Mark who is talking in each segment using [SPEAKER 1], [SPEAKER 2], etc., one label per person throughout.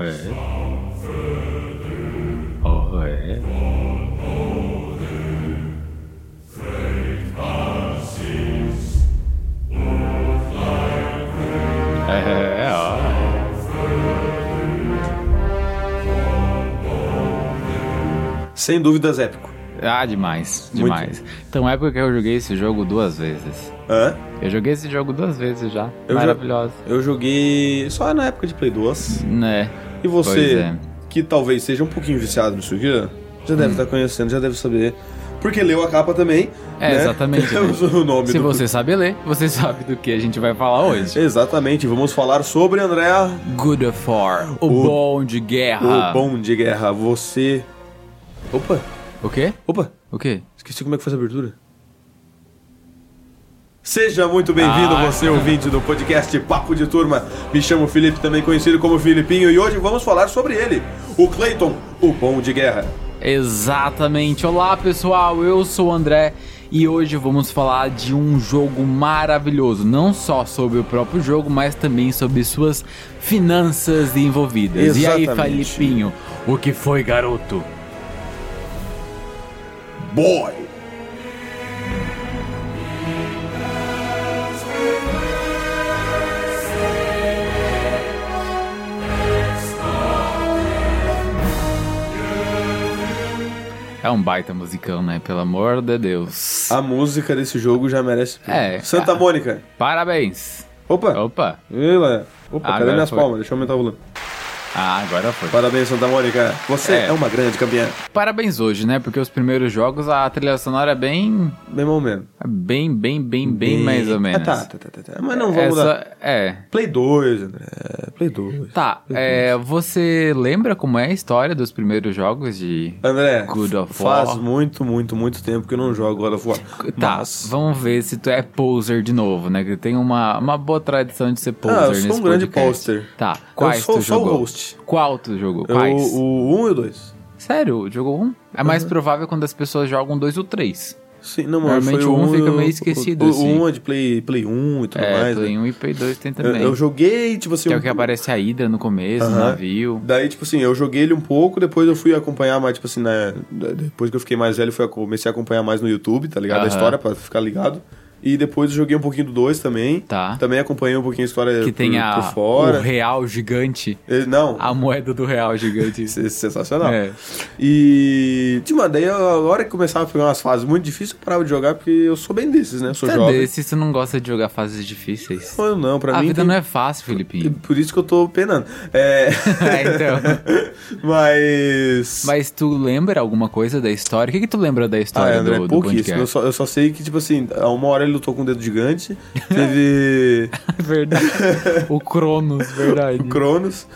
[SPEAKER 1] É. Oh, é. É, ó.
[SPEAKER 2] Sem dúvidas, épico.
[SPEAKER 1] Ah, demais,
[SPEAKER 2] Muito.
[SPEAKER 1] demais. Então, época que eu joguei esse jogo duas vezes.
[SPEAKER 2] Hã?
[SPEAKER 1] Eu joguei esse jogo duas vezes já.
[SPEAKER 2] Eu já-
[SPEAKER 1] Maravilhosa.
[SPEAKER 2] Eu joguei só na época de Play 2.
[SPEAKER 1] Né?
[SPEAKER 2] E
[SPEAKER 1] Pois
[SPEAKER 2] você,
[SPEAKER 1] é. Hum.
[SPEAKER 2] que talvez seja um pouquinho viciado nisso aqui, já deve estar conhecendo, já deve saber. Porque leu a capa também.
[SPEAKER 1] É,
[SPEAKER 2] né?
[SPEAKER 1] exatamente, né?
[SPEAKER 2] o nome
[SPEAKER 1] Se
[SPEAKER 2] do... É.
[SPEAKER 1] você sabe ler, você sabe do que a gente vai falar hoje.
[SPEAKER 2] Exatamente, vamos falar sobre André,
[SPEAKER 1] Good of War, o,
[SPEAKER 2] O-
[SPEAKER 1] bom de guerra.
[SPEAKER 2] o bom de guerra. Você. Opa,
[SPEAKER 1] O quê?
[SPEAKER 2] opa,
[SPEAKER 1] O quê?
[SPEAKER 2] esqueci como é que faz a abertura. Seja muito bem-vindo,
[SPEAKER 1] Ah,
[SPEAKER 2] você ouvinte do podcast Papo de Turma. Me chamo Felipe, também conhecido como Filipinho, e hoje vamos falar sobre ele, o Clayton, o bom de guerra.
[SPEAKER 1] Exatamente. Olá, pessoal. Eu sou o André e hoje vamos falar de um jogo maravilhoso, não só sobre o próprio jogo, mas também sobre suas finanças envolvidas. E aí,
[SPEAKER 2] Exatamente.
[SPEAKER 1] Felipinho, o que foi, garoto?
[SPEAKER 2] Boy!
[SPEAKER 1] É um baita musicão, né? Pelo amor de Deus.
[SPEAKER 2] A música desse jogo já merece.
[SPEAKER 1] É,
[SPEAKER 2] Santa
[SPEAKER 1] a-
[SPEAKER 2] Mônica.
[SPEAKER 1] Parabéns.
[SPEAKER 2] Opa!
[SPEAKER 1] Opa.
[SPEAKER 2] Ela- Opa,
[SPEAKER 1] Ah,
[SPEAKER 2] cadê
[SPEAKER 1] agora
[SPEAKER 2] minhas
[SPEAKER 1] foi.
[SPEAKER 2] palmas? Deixa eu aumentar o volume.
[SPEAKER 1] Ah, agora foi.
[SPEAKER 2] Parabéns, Santa Mônica. Você é,
[SPEAKER 1] É.
[SPEAKER 2] uma grande campeã.
[SPEAKER 1] Parabéns hoje, né? Porque os primeiros jogos a trilha sonora é bem. é
[SPEAKER 2] Bem mais ou menos.
[SPEAKER 1] Bem, bem, bem, bem mais ou menos.
[SPEAKER 2] Ah, tá, tá, tá, tá, tá. Mas não vamos
[SPEAKER 1] Essa-
[SPEAKER 2] dar.
[SPEAKER 1] É.
[SPEAKER 2] Play 2, André. Play 2.
[SPEAKER 1] Tá, é, você lembra como é a história dos primeiros jogos de.
[SPEAKER 2] André,
[SPEAKER 1] Good of
[SPEAKER 2] faz
[SPEAKER 1] War.
[SPEAKER 2] muito, muito, muito tempo que eu não jogo God of War.
[SPEAKER 1] Tá,
[SPEAKER 2] Mas-
[SPEAKER 1] vamos ver se tu é poser de novo, né? Que tem uma, uma boa tradição de ser poser
[SPEAKER 2] Ah, eu
[SPEAKER 1] nesse
[SPEAKER 2] sou um grande
[SPEAKER 1] podcast.
[SPEAKER 2] poster.
[SPEAKER 1] Tá, quais
[SPEAKER 2] eu sou
[SPEAKER 1] tu
[SPEAKER 2] só
[SPEAKER 1] jogou?
[SPEAKER 2] o host.
[SPEAKER 1] Qual tu jogou?
[SPEAKER 2] Eu,
[SPEAKER 1] Quais?
[SPEAKER 2] o Uhum. 1 um e o 2.
[SPEAKER 1] Sério, jogou um? É mais provável quando as pessoas jogam dois ou três.
[SPEAKER 2] Sim, não, mas
[SPEAKER 1] Normalmente
[SPEAKER 2] foi o
[SPEAKER 1] o um
[SPEAKER 2] um e
[SPEAKER 1] fica
[SPEAKER 2] o-
[SPEAKER 1] meio esquecido,
[SPEAKER 2] O,
[SPEAKER 1] assim.
[SPEAKER 2] o 1 é de Play, Play 1 e tudo
[SPEAKER 1] é,
[SPEAKER 2] mais.
[SPEAKER 1] Play
[SPEAKER 2] né?
[SPEAKER 1] 1 e Play 2 tem
[SPEAKER 2] eu,
[SPEAKER 1] também.
[SPEAKER 2] eu joguei, tipo assim.
[SPEAKER 1] Que é
[SPEAKER 2] um-
[SPEAKER 1] o que aparece a Hydra no começo, no
[SPEAKER 2] Aham.
[SPEAKER 1] navio.
[SPEAKER 2] Daí, tipo assim, eu joguei ele um pouco, depois eu fui acompanhar mais, tipo assim, né? da- Depois que eu fiquei mais velho, eu fui, a- comecei a acompanhar mais no YouTube, tá ligado? A
[SPEAKER 1] Aham.
[SPEAKER 2] história, pra ficar ligado. E depois eu joguei um pouquinho do 2 também.
[SPEAKER 1] Tá.
[SPEAKER 2] Também acompanhei um pouquinho a história
[SPEAKER 1] Que tem
[SPEAKER 2] por,
[SPEAKER 1] a,
[SPEAKER 2] por fora.
[SPEAKER 1] o real gigante.
[SPEAKER 2] Eh, Não,
[SPEAKER 1] A moeda do real gigante.
[SPEAKER 2] isso é sensacional.
[SPEAKER 1] É.
[SPEAKER 2] E. Tipo, mano, daí a hora que começava a pegar umas fases muito difíceis, eu parava de jogar, porque eu sou bem desses, né? Eu sou
[SPEAKER 1] Tá
[SPEAKER 2] jovem.
[SPEAKER 1] desse, tu não gosta de jogar fases difíceis.
[SPEAKER 2] Não, não, pra
[SPEAKER 1] a
[SPEAKER 2] mim.
[SPEAKER 1] vida
[SPEAKER 2] tem-
[SPEAKER 1] não é fácil, Felipinho.
[SPEAKER 2] Por isso que eu tô penando. É.
[SPEAKER 1] É, então.
[SPEAKER 2] Mas.
[SPEAKER 1] Mas tu lembra alguma coisa da história? O que, que tu lembra da
[SPEAKER 2] Ah,
[SPEAKER 1] história
[SPEAKER 2] é, André,
[SPEAKER 1] do, do
[SPEAKER 2] pouquíssimo. Eu
[SPEAKER 1] Bandcamp?
[SPEAKER 2] só, eu só sei que, tipo assim, a uma hora ele lutou com o dedo gigante, teve
[SPEAKER 1] Verdade. o Cronos, verdade.
[SPEAKER 2] o Cronos,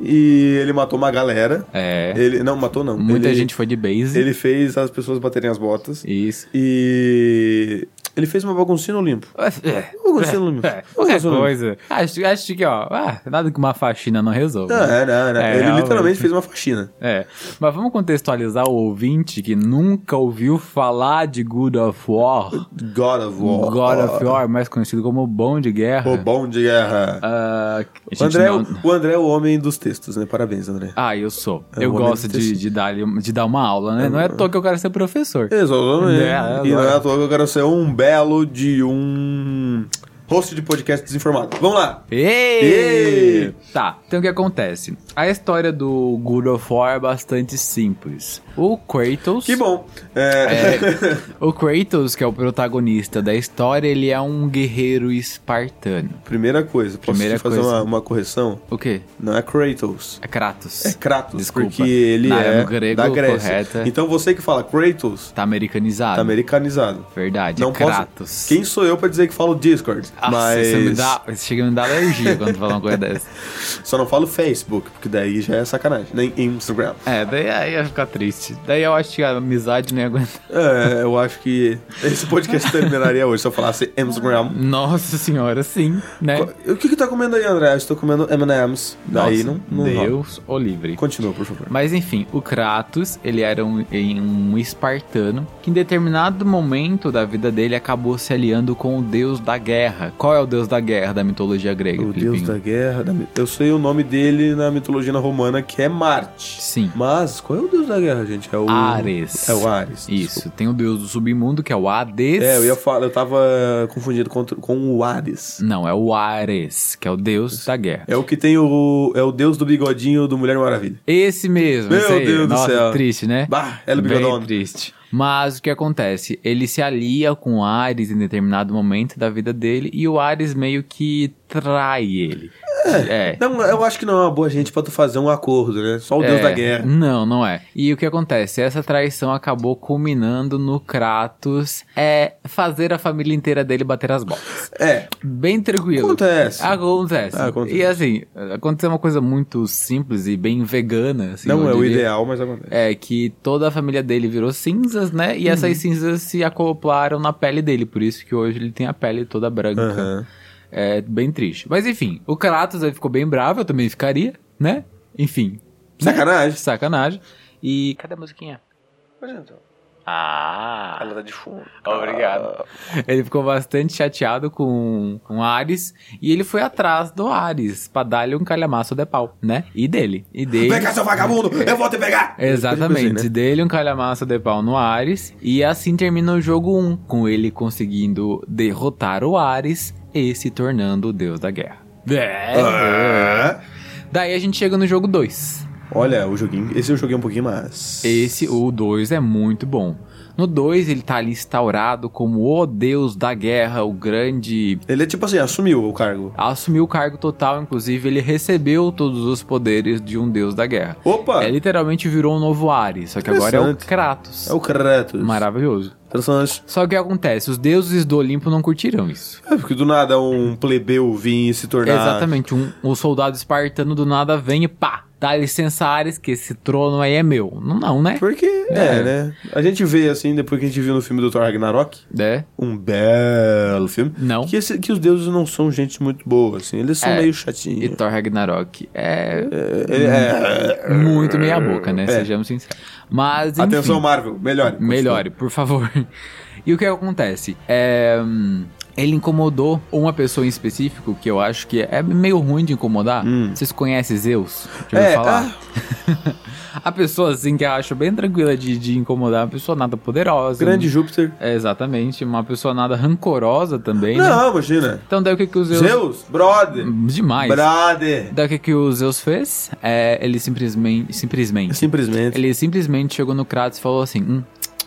[SPEAKER 2] e ele matou uma galera.
[SPEAKER 1] É.
[SPEAKER 2] Ele, não, matou não.
[SPEAKER 1] Muita
[SPEAKER 2] Ele-
[SPEAKER 1] gente foi de base.
[SPEAKER 2] Ele fez as pessoas baterem as botas.
[SPEAKER 1] Isso.
[SPEAKER 2] E. Ele fez uma baguncinha no limpo.
[SPEAKER 1] É,
[SPEAKER 2] Uma baguncinha no limpo.
[SPEAKER 1] é,
[SPEAKER 2] Uma
[SPEAKER 1] qualquer
[SPEAKER 2] baguncinha no limpo.
[SPEAKER 1] coisa. Acho, acho que, ó, ah, nada que uma faxina não resolva.
[SPEAKER 2] Não,
[SPEAKER 1] né?
[SPEAKER 2] é, não, não.
[SPEAKER 1] É,
[SPEAKER 2] ele
[SPEAKER 1] realmente.
[SPEAKER 2] literalmente fez uma faxina.
[SPEAKER 1] É, mas vamos contextualizar o ouvinte que nunca ouviu falar de Good of War,
[SPEAKER 2] God of War.
[SPEAKER 1] God of War, mais conhecido como Bom de Guerra.
[SPEAKER 2] O bom de guerra.
[SPEAKER 1] Ah, a
[SPEAKER 2] o,
[SPEAKER 1] gente
[SPEAKER 2] André, é
[SPEAKER 1] não-
[SPEAKER 2] o- o André é o homem dos textos, né? Parabéns, André.
[SPEAKER 1] Ah, eu sou.
[SPEAKER 2] É
[SPEAKER 1] eu
[SPEAKER 2] um
[SPEAKER 1] gosto
[SPEAKER 2] homem
[SPEAKER 1] de, de, dar, um, de dar uma aula, né? Não é à toa que eu quero ser professor.
[SPEAKER 2] Exatamente.
[SPEAKER 1] Né?
[SPEAKER 2] e não é à toa que eu quero ser um belo de um host de podcast desinformado. Vamos lá!
[SPEAKER 1] Ei!
[SPEAKER 2] Ei!
[SPEAKER 1] Tá, então o que acontece? A história do Good of War é bastante simples. O Kratos...
[SPEAKER 2] Que bom! É,
[SPEAKER 1] É, o Kratos, que é o protagonista da história, ele é um guerreiro espartano.
[SPEAKER 2] Primeira coisa, posso
[SPEAKER 1] Primeira
[SPEAKER 2] te fazer
[SPEAKER 1] coisa.
[SPEAKER 2] Uma, uma correção?
[SPEAKER 1] O quê?
[SPEAKER 2] Não é Kratos.
[SPEAKER 1] É Kratos.
[SPEAKER 2] É Kratos,
[SPEAKER 1] Desculpa.
[SPEAKER 2] porque ele
[SPEAKER 1] Na-
[SPEAKER 2] é
[SPEAKER 1] no grego,
[SPEAKER 2] da Grécia.
[SPEAKER 1] correta.
[SPEAKER 2] Então você que fala Kratos,
[SPEAKER 1] Tá americanizado.
[SPEAKER 2] tá americanizado.
[SPEAKER 1] Verdade,
[SPEAKER 2] Não posso-
[SPEAKER 1] Kratos.
[SPEAKER 2] Quem sou eu pra dizer que falo Discord?
[SPEAKER 1] Nossa,
[SPEAKER 2] mas
[SPEAKER 1] isso me dá, isso chega a me dar alergia quando fala uma coisa dessa.
[SPEAKER 2] só não falo Facebook, porque daí já é sacanagem. Nem Instagram.
[SPEAKER 1] É, daí aí ia ficar triste. Daí eu acho que a amizade não ia aguentar.
[SPEAKER 2] É, eu acho que esse podcast terminaria hoje se eu falasse Instagram.
[SPEAKER 1] Nossa senhora, sim, né?
[SPEAKER 2] Qu- O que que tá comendo aí, André? Estou comendo M&M's. Daí
[SPEAKER 1] Nossa,
[SPEAKER 2] não, não rola.
[SPEAKER 1] Deus o livre.
[SPEAKER 2] Continua, por favor.
[SPEAKER 1] Mas enfim, o Kratos, ele era um, em- um espartano que em determinado momento da vida dele acabou se aliando com o deus da guerra, guerra. Qual é o deus da guerra da mitologia grega,
[SPEAKER 2] O deus
[SPEAKER 1] Filipinho?
[SPEAKER 2] da guerra. da mi- Eu sei o nome dele na mitologia romana, que é Marte.
[SPEAKER 1] Sim.
[SPEAKER 2] Mas qual é o deus da guerra, gente? É o.
[SPEAKER 1] Ares.
[SPEAKER 2] É o Ares.
[SPEAKER 1] Isso, tem o deus do submundo, que é o Hades.
[SPEAKER 2] É, eu ia falar, eu tava confundido com, outro- com o Hades.
[SPEAKER 1] Não, é o Ares, que é o deus da guerra.
[SPEAKER 2] É o que tem o. É o deus do bigodinho do Mulher Maravilha.
[SPEAKER 1] Esse mesmo,
[SPEAKER 2] Meu
[SPEAKER 1] esse aí.
[SPEAKER 2] Deus do
[SPEAKER 1] Nossa,
[SPEAKER 2] céu.
[SPEAKER 1] triste, né?
[SPEAKER 2] Bah, é ela
[SPEAKER 1] Bem
[SPEAKER 2] bigodona.
[SPEAKER 1] triste. Mas o que acontece? Ele se alia com o Ares em determinado momento da vida dele e o Ares meio que trai ele. É.
[SPEAKER 2] Não, eu acho que não é uma boa gente pra tu fazer um acordo, né? Só o deus
[SPEAKER 1] É.
[SPEAKER 2] da guerra.
[SPEAKER 1] Não, não é. E o que acontece? Essa traição acabou culminando no Kratos é fazer a família inteira dele bater as bolas.
[SPEAKER 2] É.
[SPEAKER 1] Bem tranquilo.
[SPEAKER 2] Acontece.
[SPEAKER 1] Ah,
[SPEAKER 2] Ah,
[SPEAKER 1] Acontece.
[SPEAKER 2] Acontece.
[SPEAKER 1] E assim, aconteceu uma coisa muito simples e bem vegana. Assim,
[SPEAKER 2] não
[SPEAKER 1] eu
[SPEAKER 2] é o
[SPEAKER 1] diria.
[SPEAKER 2] ideal, mas acontece.
[SPEAKER 1] É que toda a família dele virou cinzas, né? E
[SPEAKER 2] Uhum.
[SPEAKER 1] essas cinzas se acoplaram na pele dele, por isso que hoje ele tem a pele toda branca.
[SPEAKER 2] Aham.
[SPEAKER 1] É bem triste. Mas enfim, o Kratos aí ficou bem bravo, eu também ficaria, né? Enfim,
[SPEAKER 2] Sacanagem.
[SPEAKER 1] sacanagem. E. Cadê a musiquinha? Ah!
[SPEAKER 2] tá de fundo.
[SPEAKER 1] Obrigado. Ele ficou bastante chateado com, com Ares e ele foi atrás do Ares pra dar-lhe um calhamaço de pau, né? E dele. E dele.
[SPEAKER 2] Vem cá, seu vagabundo! Eu vou te pegar!
[SPEAKER 1] É. Exatamente,
[SPEAKER 2] Tipo assim, né?
[SPEAKER 1] dele um calhamaço de pau no Ares e assim termina o jogo 1, com ele conseguindo derrotar o Ares e se tornando o deus da guerra. É.
[SPEAKER 2] assim, né? Ah.
[SPEAKER 1] Daí a gente chega no jogo 2.
[SPEAKER 2] Olha, o joguinho. Esse eu joguei um pouquinho mais.
[SPEAKER 1] Esse, o 2, é muito bom. No 2, ele tá ali instaurado como o deus da guerra, o grande
[SPEAKER 2] Ele é tipo assim, assumiu o cargo.
[SPEAKER 1] assumiu o cargo total, inclusive ele recebeu todos os poderes de um deus da guerra.
[SPEAKER 2] Opa!
[SPEAKER 1] É, literalmente virou um novo Ares, só que agora é o
[SPEAKER 2] Ah. Interessante.
[SPEAKER 1] Kratos.
[SPEAKER 2] É o Kratos.
[SPEAKER 1] Maravilhoso.
[SPEAKER 2] Interessante.
[SPEAKER 1] Só que o que acontece, os deuses do Olimpo não curtiram isso.
[SPEAKER 2] É, porque do nada um plebeu vir e se tornar.
[SPEAKER 1] Exatamente, um, um soldado espartano do nada vem e pá, dá licença Ares que esse trono aí é meu. Não, não né?
[SPEAKER 2] Porque, é.
[SPEAKER 1] É.
[SPEAKER 2] né? A gente vê assim, depois que a gente viu no filme do Thor Ragnarok,
[SPEAKER 1] É,
[SPEAKER 2] um belo filme.
[SPEAKER 1] não.
[SPEAKER 2] Que, esse- que os deuses não são gente muito boa, assim. Eles são
[SPEAKER 1] É.
[SPEAKER 2] meio
[SPEAKER 1] E
[SPEAKER 2] chatinhos.
[SPEAKER 1] Thor Ragnarok é
[SPEAKER 2] É, é.
[SPEAKER 1] muito meia boca, né? Sejamos sinceros. Mas, enfim.
[SPEAKER 2] Atenção, Marvel, melhore.
[SPEAKER 1] Melhore, por favor. E o que acontece? É, hum, ele incomodou uma pessoa em específico, que eu acho que é meio ruim de incomodar. Vocês conhecem Zeus? Já ouviu
[SPEAKER 2] Hum. É, ah.
[SPEAKER 1] falar? a pessoa, assim, que eu acho bem tranquila de, de incomodar, uma pessoa nada poderosa.
[SPEAKER 2] Grande Júpiter.
[SPEAKER 1] É, exatamente, uma pessoa nada rancorosa também, né?
[SPEAKER 2] Não, imagina.
[SPEAKER 1] Então daí o que, que o Zeus... Hum,
[SPEAKER 2] Zeus, brother.
[SPEAKER 1] Demais.
[SPEAKER 2] Brother.
[SPEAKER 1] Daí o que, que o Zeus fez? É, ele simplesmente... Simplesmente...
[SPEAKER 2] Simplesmente.
[SPEAKER 1] Ele simplesmente chegou no Kratos e falou assim: hum,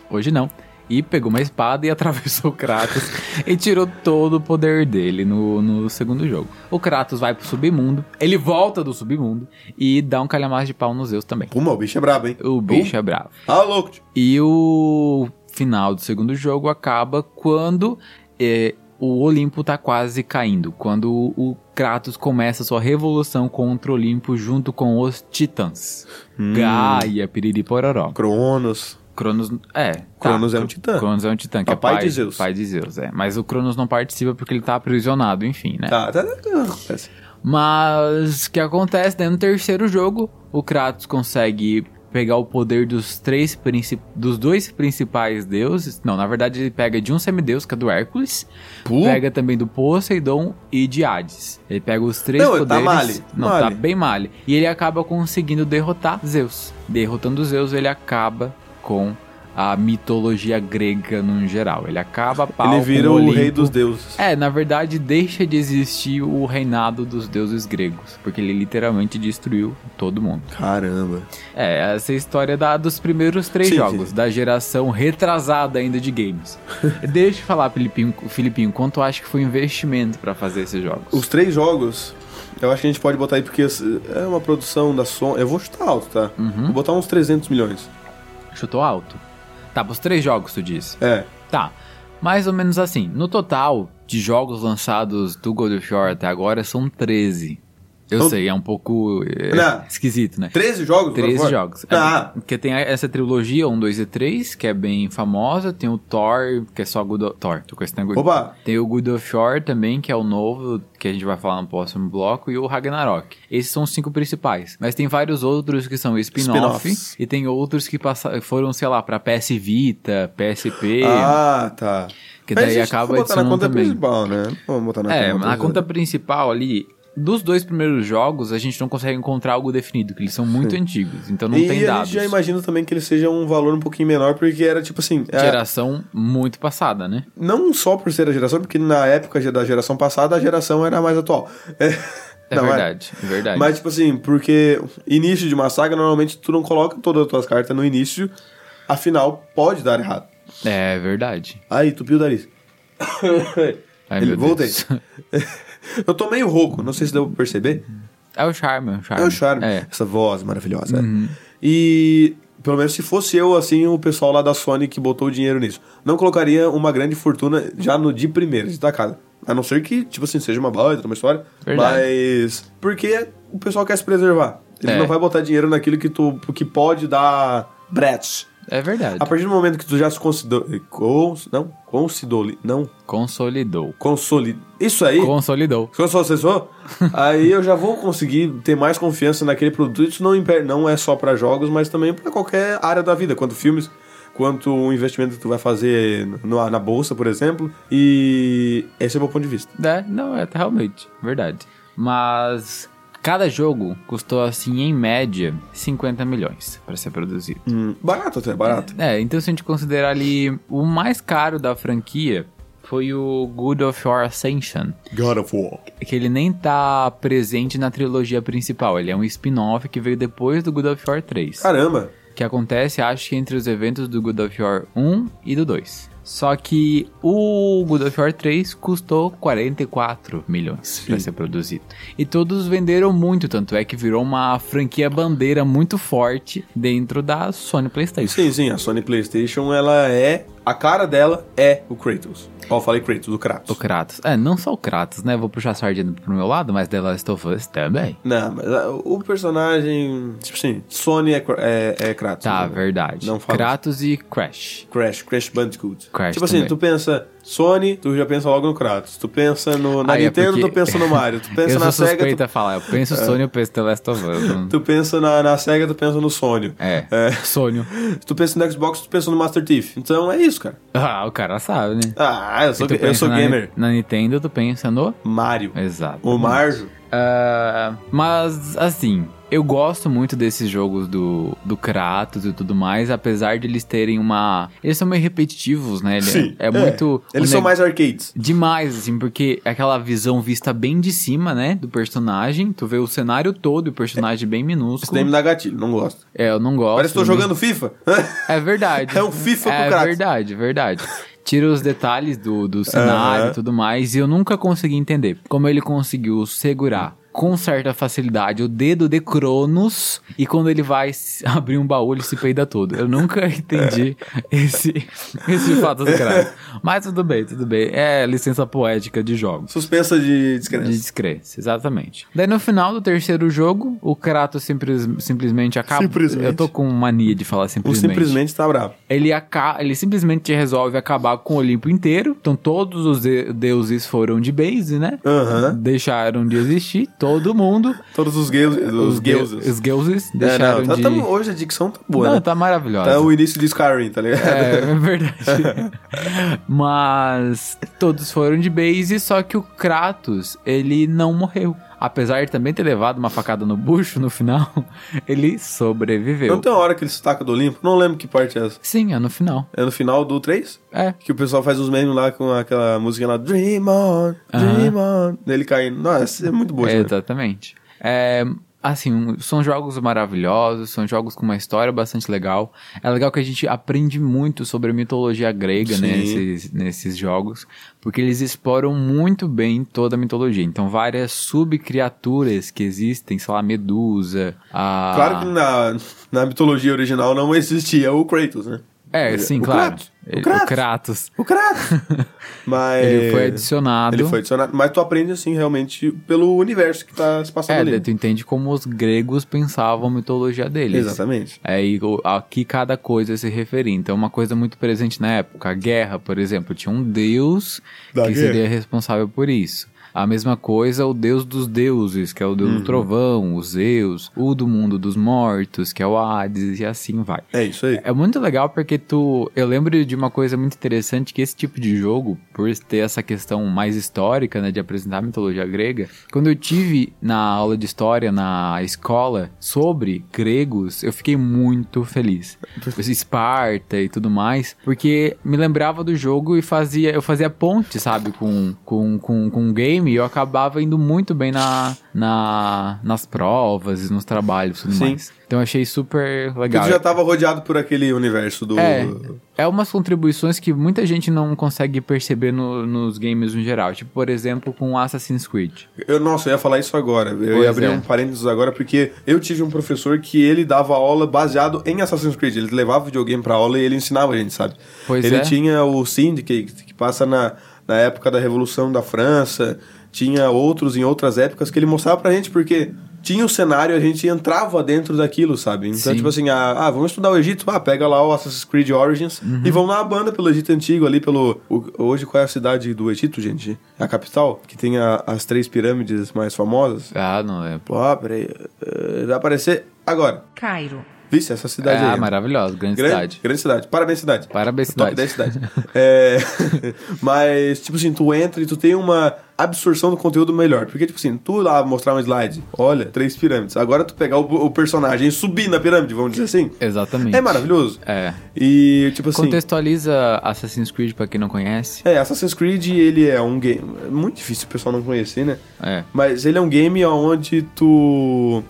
[SPEAKER 1] hoje não. E pegou uma espada e atravessou o Kratos e tirou todo o poder dele no, no segundo jogo. O Kratos vai pro submundo, ele volta do submundo e dá um calhamaço de pau nos Zeus também.
[SPEAKER 2] Puma, o bicho é brabo, hein?
[SPEAKER 1] O bicho é bravo.
[SPEAKER 2] Ah, louco. tio.
[SPEAKER 1] E o final do segundo jogo acaba quando é, o Olimpo tá quase caindo. Quando o- o Kratos começa sua revolução contra o Olimpo junto com os Titãs.
[SPEAKER 2] Hum.
[SPEAKER 1] Gaia, Piriri Pororó.
[SPEAKER 2] Cronos.
[SPEAKER 1] Cronos. É. tá.
[SPEAKER 2] Cronos é um titã.
[SPEAKER 1] Cronos é um titã, que é
[SPEAKER 2] Papai
[SPEAKER 1] pai,
[SPEAKER 2] de Zeus.
[SPEAKER 1] Pai de Zeus, é. Mas o Cronos não participa porque ele tá aprisionado, enfim, né?
[SPEAKER 2] Tá, tá, tá, tá. acontece.
[SPEAKER 1] Mas o que acontece, né? No terceiro jogo, o Kratos consegue pegar o poder dos três princi- dos dois principais deuses. Não, na verdade ele pega de um semideus, que é do Hércules.
[SPEAKER 2] Pô.
[SPEAKER 1] Pega também do Poseidon e de Hades. Ele pega os três
[SPEAKER 2] Não, ele
[SPEAKER 1] poderes.
[SPEAKER 2] tá male,
[SPEAKER 1] Não,
[SPEAKER 2] male.
[SPEAKER 1] tá bem male. E ele acaba conseguindo derrotar Zeus. Derrotando Zeus, ele acaba com a mitologia grega no geral. Ele acaba a pau
[SPEAKER 2] Ele vira
[SPEAKER 1] com
[SPEAKER 2] o
[SPEAKER 1] Olimpo.
[SPEAKER 2] rei dos deuses.
[SPEAKER 1] É, na verdade, deixa de existir o reinado dos deuses gregos, porque ele literalmente destruiu todo mundo.
[SPEAKER 2] Caramba.
[SPEAKER 1] É, essa é a história da, dos primeiros três
[SPEAKER 2] Sim,
[SPEAKER 1] jogos,
[SPEAKER 2] sim.
[SPEAKER 1] da geração retrasada ainda de games. Deixa eu falar, Filipinho, Filipinho quanto eu acho que foi o investimento pra fazer esses jogos?
[SPEAKER 2] Os três jogos, eu acho que a gente pode botar aí, porque é uma produção da Sony. Eu vou chutar alto, tá?
[SPEAKER 1] Uhum.
[SPEAKER 2] Vou botar uns 300 milhões.
[SPEAKER 1] Chutou alto. Tá, os três jogos, tu disse.
[SPEAKER 2] É.
[SPEAKER 1] Tá, mais ou menos assim. No total de jogos lançados do God of War até agora, são 13. Eu
[SPEAKER 2] Então-
[SPEAKER 1] sei, é um pouco é,
[SPEAKER 2] Não.
[SPEAKER 1] esquisito, né?
[SPEAKER 2] 13 jogos? God of
[SPEAKER 1] 13
[SPEAKER 2] War?
[SPEAKER 1] jogos.
[SPEAKER 2] Tá.
[SPEAKER 1] É, porque tem a- essa trilogia, 1, 2 e 3, que é bem famosa. Tem o Thor, que é só God of... Thor, tô conhecendo God...
[SPEAKER 2] Opa.
[SPEAKER 1] Tem o God of War também, que é o novo, que a gente vai falar no próximo bloco. E o Ragnarok. Esses são os cinco principais. Mas tem vários outros que são spin-off.
[SPEAKER 2] Spin-offs.
[SPEAKER 1] e tem outros que passa... foram, sei lá, pra PS Vita, PSP.
[SPEAKER 2] Ah, tá.
[SPEAKER 1] Que
[SPEAKER 2] Mas
[SPEAKER 1] daí
[SPEAKER 2] isso
[SPEAKER 1] acaba
[SPEAKER 2] vou botar na
[SPEAKER 1] adicionando
[SPEAKER 2] conta
[SPEAKER 1] também.
[SPEAKER 2] principal, né? Não vou botar na
[SPEAKER 1] é,
[SPEAKER 2] conta.
[SPEAKER 1] na conta principal ali... Dos dois primeiros jogos, a gente não consegue encontrar algo definido, que eles são muito antigos, então não
[SPEAKER 2] e
[SPEAKER 1] tem
[SPEAKER 2] a
[SPEAKER 1] dados.
[SPEAKER 2] gente já imagina também que ele seja um valor um pouquinho menor, porque era tipo assim. é,
[SPEAKER 1] Geração muito passada, né?
[SPEAKER 2] Não só por ser a geração, porque na época da geração passada a geração era a mais atual. É,
[SPEAKER 1] É
[SPEAKER 2] não,
[SPEAKER 1] verdade, é verdade.
[SPEAKER 2] Mas, tipo assim, porque início de uma saga, normalmente tu não coloca todas as tuas cartas no início, afinal, pode dar errado.
[SPEAKER 1] É verdade.
[SPEAKER 2] Aí, tupiu o nariz.
[SPEAKER 1] Ai,
[SPEAKER 2] Ele-
[SPEAKER 1] meu Deus.
[SPEAKER 2] voltei. Eu tô meio rouco, não sei se deu pra perceber.
[SPEAKER 1] É o charme, é o charme.
[SPEAKER 2] É o charme,
[SPEAKER 1] É. Uhum.
[SPEAKER 2] essa voz maravilhosa. E, pelo menos se fosse eu, assim, o pessoal lá da Sony que botou o dinheiro nisso, não colocaria uma grande fortuna já no de primeira, de tacada. A não ser que, tipo assim, seja uma baita, uma história.
[SPEAKER 1] Verdade.
[SPEAKER 2] Mas. Porque o pessoal quer se preservar. Ele
[SPEAKER 1] É.
[SPEAKER 2] não vai botar dinheiro naquilo que tu que pode dar brets.
[SPEAKER 1] É verdade.
[SPEAKER 2] A partir do momento que tu já se considera. Cons, não, considoli, não,
[SPEAKER 1] Consolidou.
[SPEAKER 2] consolida. Isso aí.
[SPEAKER 1] Consolidou.
[SPEAKER 2] Se eu sou assessor, aí eu já vou conseguir ter mais confiança naquele produto. Isso não, impede, não é só pra jogos, mas também pra qualquer área da vida, quanto filmes, quanto o investimento que tu vai fazer no- na bolsa, por exemplo. E esse é o meu ponto de vista.
[SPEAKER 1] É, não, é realmente, verdade. Mas cada jogo custou, assim, em média, 50 milhões pra ser produzido.
[SPEAKER 2] Hum, barato até, barato.
[SPEAKER 1] É, então se a gente considerar ali o mais caro da franquia foi o Good of War Ascension.
[SPEAKER 2] God of War.
[SPEAKER 1] que ele nem tá presente na trilogia principal. Ele é um spin-off que veio depois do God of War 3.
[SPEAKER 2] Caramba.
[SPEAKER 1] Que acontece, acho que entre os eventos do God of War 1 e do 2. Só que o God of War 3 custou 44 milhões pra ser produzido. E todos venderam muito, tanto é que virou uma franquia bandeira muito forte dentro da Sony PlayStation.
[SPEAKER 2] Sim, sim, a Sony PlayStation, ela é. A cara dela é o Kratos. Ó, eu falei Kratos, o Kratos.
[SPEAKER 1] O Kratos. É, não só o Kratos, né? Vou puxar a sardinha pro meu lado, mas The Last of Us também.
[SPEAKER 2] Não, mas ah, o personagem. Tipo assim, Sony é, Kra- é, é Kratos.
[SPEAKER 1] Tá,
[SPEAKER 2] né?
[SPEAKER 1] verdade.
[SPEAKER 2] Não fala
[SPEAKER 1] Kratos e Crash.
[SPEAKER 2] Crash, Crash Bandicoot.
[SPEAKER 1] Crash
[SPEAKER 2] tipo assim,
[SPEAKER 1] também.
[SPEAKER 2] tu pensa Sony, tu já pensa logo no Kratos. Tu pensa no, na
[SPEAKER 1] Ah, é
[SPEAKER 2] Nintendo,
[SPEAKER 1] porque-
[SPEAKER 2] tu pensa no Mario. Tu pensa
[SPEAKER 1] eu
[SPEAKER 2] na
[SPEAKER 1] sou
[SPEAKER 2] Sega,
[SPEAKER 1] suspeito
[SPEAKER 2] tu, É.
[SPEAKER 1] a falar. Eu penso Sony, eu penso The Last of Us. Não-
[SPEAKER 2] tu pensa na, na Sega, tu pensa no Sony.
[SPEAKER 1] É, Sônio.
[SPEAKER 2] Tu pensa no Xbox, tu pensa no Master Chief. Então é isso, cara.
[SPEAKER 1] Ah, o cara sabe, né?
[SPEAKER 2] Ah, eu sou,
[SPEAKER 1] Tu
[SPEAKER 2] eu
[SPEAKER 1] pensa
[SPEAKER 2] sou
[SPEAKER 1] na, É.
[SPEAKER 2] gamer.
[SPEAKER 1] Na Nintendo, tu pensa no...
[SPEAKER 2] Mario.
[SPEAKER 1] Exato.
[SPEAKER 2] O Marjo.
[SPEAKER 1] Ah, mas, assim, eu gosto muito desses jogos do, do Kratos e tudo mais, apesar de eles terem uma... Eles são meio repetitivos, né? Ele- É, muito...
[SPEAKER 2] Eles
[SPEAKER 1] o
[SPEAKER 2] são
[SPEAKER 1] ne-
[SPEAKER 2] mais arcades.
[SPEAKER 1] Demais, assim, porque é aquela visão vista bem de cima, né? Do personagem. Tu vê o cenário todo e o personagem bem
[SPEAKER 2] Isso daí
[SPEAKER 1] minúsculo.
[SPEAKER 2] me dá gatilho, não gosto.
[SPEAKER 1] É, eu não gosto.
[SPEAKER 2] Parece que tô
[SPEAKER 1] não-
[SPEAKER 2] jogando FIFA.
[SPEAKER 1] É verdade.
[SPEAKER 2] É um FIFA pro
[SPEAKER 1] É
[SPEAKER 2] crack.
[SPEAKER 1] verdade, verdade. Tira os detalhes do, do cenário
[SPEAKER 2] Aham.
[SPEAKER 1] e tudo mais, e eu nunca consegui entender como ele conseguiu segurar com certa facilidade o dedo de Cronos e quando ele vai s- abrir um baú ele se peida todo. Eu nunca entendi esse, esse fato do crack. Mas tudo bem, tudo bem. É licença poética de jogos.
[SPEAKER 2] Suspensa de
[SPEAKER 1] De
[SPEAKER 2] descrença.
[SPEAKER 1] descrença, exatamente. Daí no final do terceiro jogo, o Kratos simples, simplesmente acaba.
[SPEAKER 2] Simplesmente.
[SPEAKER 1] Eu tô com mania de falar
[SPEAKER 2] O simplesmente tá bravo.
[SPEAKER 1] ele, aca- ele simplesmente resolve acabar com o Olimpo inteiro. Então todos os de- deuses foram de base, né?
[SPEAKER 2] Aham.
[SPEAKER 1] Deixaram de existir, todo mundo.
[SPEAKER 2] Todos os gays. Os
[SPEAKER 1] de-
[SPEAKER 2] gays.
[SPEAKER 1] Os deuses
[SPEAKER 2] É,
[SPEAKER 1] deixaram
[SPEAKER 2] não, tá-
[SPEAKER 1] de...
[SPEAKER 2] tá- hoje a dicção tá boa,
[SPEAKER 1] Não,
[SPEAKER 2] né?
[SPEAKER 1] tá maravilhosa.
[SPEAKER 2] Tá o início de Skyrim, tá ligado?
[SPEAKER 1] É, é verdade. Mas todos foram de base, só que o Kratos, ele não morreu. Apesar de também ter levado uma facada no bucho no final, ele sobreviveu.
[SPEAKER 2] Não tem uma hora que ele se taca do Olimpo? Não lembro que parte é essa.
[SPEAKER 1] Sim, é no final.
[SPEAKER 2] É no final do 3?
[SPEAKER 1] É.
[SPEAKER 2] Que o pessoal faz os memes lá com aquela musiquinha lá, Dream On, Dream On, dele caindo. Nossa, é muito boa. essa
[SPEAKER 1] Exatamente. É, assim, um- são jogos maravilhosos, são jogos com uma história bastante legal. É legal que a gente aprende muito sobre a mitologia grega
[SPEAKER 2] Sim.
[SPEAKER 1] né, nesses, nesses jogos, porque eles exploram muito bem toda a mitologia. Então, várias subcriaturas que existem, sei lá, Medusa, a... tá.
[SPEAKER 2] Claro que na, na mitologia original não existia o Kratos, né?
[SPEAKER 1] É, sim,
[SPEAKER 2] o
[SPEAKER 1] claro.
[SPEAKER 2] Kratos,
[SPEAKER 1] Ele-
[SPEAKER 2] o Kratos.
[SPEAKER 1] O Kratos.
[SPEAKER 2] O Kratos! Mas...
[SPEAKER 1] Ele foi adicionado.
[SPEAKER 2] Ele foi adicionado. Mas tu aprende, assim, realmente, pelo universo que tá se passando
[SPEAKER 1] É, daí
[SPEAKER 2] ali.
[SPEAKER 1] tu entende como os gregos pensavam a mitologia deles.
[SPEAKER 2] Exatamente.
[SPEAKER 1] Aí É, o- aqui cada coisa se referia. Então, uma coisa muito presente na época, a guerra, por exemplo, tinha um deus
[SPEAKER 2] Da
[SPEAKER 1] que
[SPEAKER 2] guerra.
[SPEAKER 1] seria responsável por isso. A mesma coisa, o deus dos deuses, que é o deus
[SPEAKER 2] Uhum.
[SPEAKER 1] do trovão, o Zeus, o do mundo dos mortos, que é o Hades, e assim vai.
[SPEAKER 2] É isso aí.
[SPEAKER 1] É muito legal porque tu. Eu lembro de uma coisa muito interessante: que esse tipo de jogo, por ter essa questão mais histórica, né, de apresentar a mitologia grega, quando eu tive na aula de história na escola sobre gregos, eu fiquei muito feliz. Esparta e tudo mais, porque me lembrava do jogo e fazia. Eu fazia ponte, sabe, com, com, com, com o game e eu acabava indo muito bem na, na, nas provas e nos trabalhos e tudo
[SPEAKER 2] Sim.
[SPEAKER 1] mais. Então eu achei super
[SPEAKER 2] Porque
[SPEAKER 1] legal.
[SPEAKER 2] tu já tava rodeado por aquele universo do...
[SPEAKER 1] É, é umas contribuições que muita gente não consegue perceber no- nos games no geral. Tipo, por exemplo, com Assassin's Creed.
[SPEAKER 2] Eu, nossa, eu ia falar isso agora. Eu
[SPEAKER 1] Pois
[SPEAKER 2] ia abrir
[SPEAKER 1] é.
[SPEAKER 2] um parênteses agora, porque eu tive um professor que ele dava aula baseado em Assassin's Creed. Ele levava o videogame pra aula e ele ensinava a gente, sabe?
[SPEAKER 1] Pois
[SPEAKER 2] ele
[SPEAKER 1] é.
[SPEAKER 2] tinha o Syndicate, que passa na, na época da Revolução da França. Tinha outros em outras épocas que ele mostrava pra gente, porque tinha o cenário, a gente entrava dentro daquilo, sabe? Então,
[SPEAKER 1] Sim.
[SPEAKER 2] tipo assim, ah, ah, vamos estudar o Egito. Ah, pega lá o Assassin's Creed Origins
[SPEAKER 1] Uhum.
[SPEAKER 2] e vamos dar uma banda pelo Egito Antigo ali, pelo... o- hoje, qual é a cidade do Egito, gente? É A capital? Que tem a- as três pirâmides mais famosas?
[SPEAKER 1] Ah, não é.
[SPEAKER 2] Ó, peraí. eh, vai aparecer agora.
[SPEAKER 3] Cairo,
[SPEAKER 2] Vixe, essa cidade
[SPEAKER 1] ah,
[SPEAKER 2] aí.
[SPEAKER 1] maravilhosa, grande,
[SPEAKER 2] Grande
[SPEAKER 1] cidade.
[SPEAKER 2] Grande cidade. Parabéns, cidade.
[SPEAKER 1] Parabéns,
[SPEAKER 2] Top
[SPEAKER 1] cidade.
[SPEAKER 2] 10 cidades. É, mas, tipo assim, tu entra e tu tem uma absorção do conteúdo melhor. Porque, tipo assim, tu lá mostrar um slide, olha, três pirâmides. Agora tu pegar o, o personagem e subir na pirâmide, vamos dizer assim.
[SPEAKER 1] Exatamente.
[SPEAKER 2] É maravilhoso.
[SPEAKER 1] É.
[SPEAKER 2] E, tipo assim...
[SPEAKER 1] Contextualiza Assassin's Creed pra quem não conhece.
[SPEAKER 2] É, Assassin's Creed, ele é um game... É muito difícil o pessoal não conhecer, né?
[SPEAKER 1] É.
[SPEAKER 2] Mas ele é um game onde tu...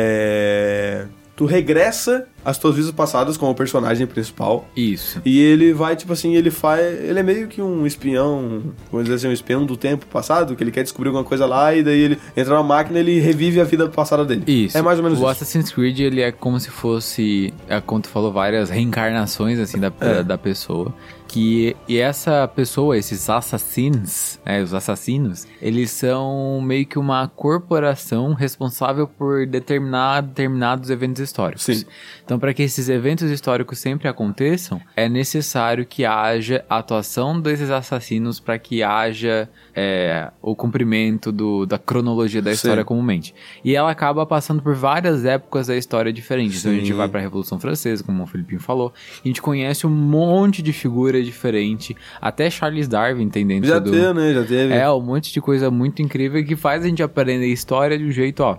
[SPEAKER 2] É... Tu regressa às tuas vidas passadas com o personagem principal.
[SPEAKER 1] Isso.
[SPEAKER 2] E ele vai, tipo assim, ele faz. Ele é meio que um espião, vamos dizer assim, um espião do tempo passado, que ele quer descobrir alguma coisa lá, e daí ele entra na máquina e ele revive a vida passada dele.
[SPEAKER 1] Isso.
[SPEAKER 2] É mais ou menos
[SPEAKER 1] o
[SPEAKER 2] isso.
[SPEAKER 1] Assassin's Creed, ele é como se fosse, é, como tu falou, várias reencarnações, assim, da,
[SPEAKER 2] É.
[SPEAKER 1] da, da pessoa. Que, e essa pessoa, esses assassins, né, os assassinos, eles são meio que uma corporação responsável por determinar determinados eventos históricos.
[SPEAKER 2] Sim.
[SPEAKER 1] Então, para que esses eventos históricos sempre aconteçam, é necessário que haja a atuação desses assassinos para que haja é, o cumprimento do- da cronologia da
[SPEAKER 2] Sim.
[SPEAKER 1] história comumente. E ela acaba passando por várias épocas da história diferentes. Então, a gente
[SPEAKER 2] Sim.
[SPEAKER 1] vai para a Revolução Francesa, como o Filipinho falou, e a gente conhece um monte de figura diferente. Até Charles Darwin tem dentro
[SPEAKER 2] Já
[SPEAKER 1] do...
[SPEAKER 2] teve, né? Já teve.
[SPEAKER 1] É, um monte de coisa muito incrível que faz a gente aprender história de um jeito, ó,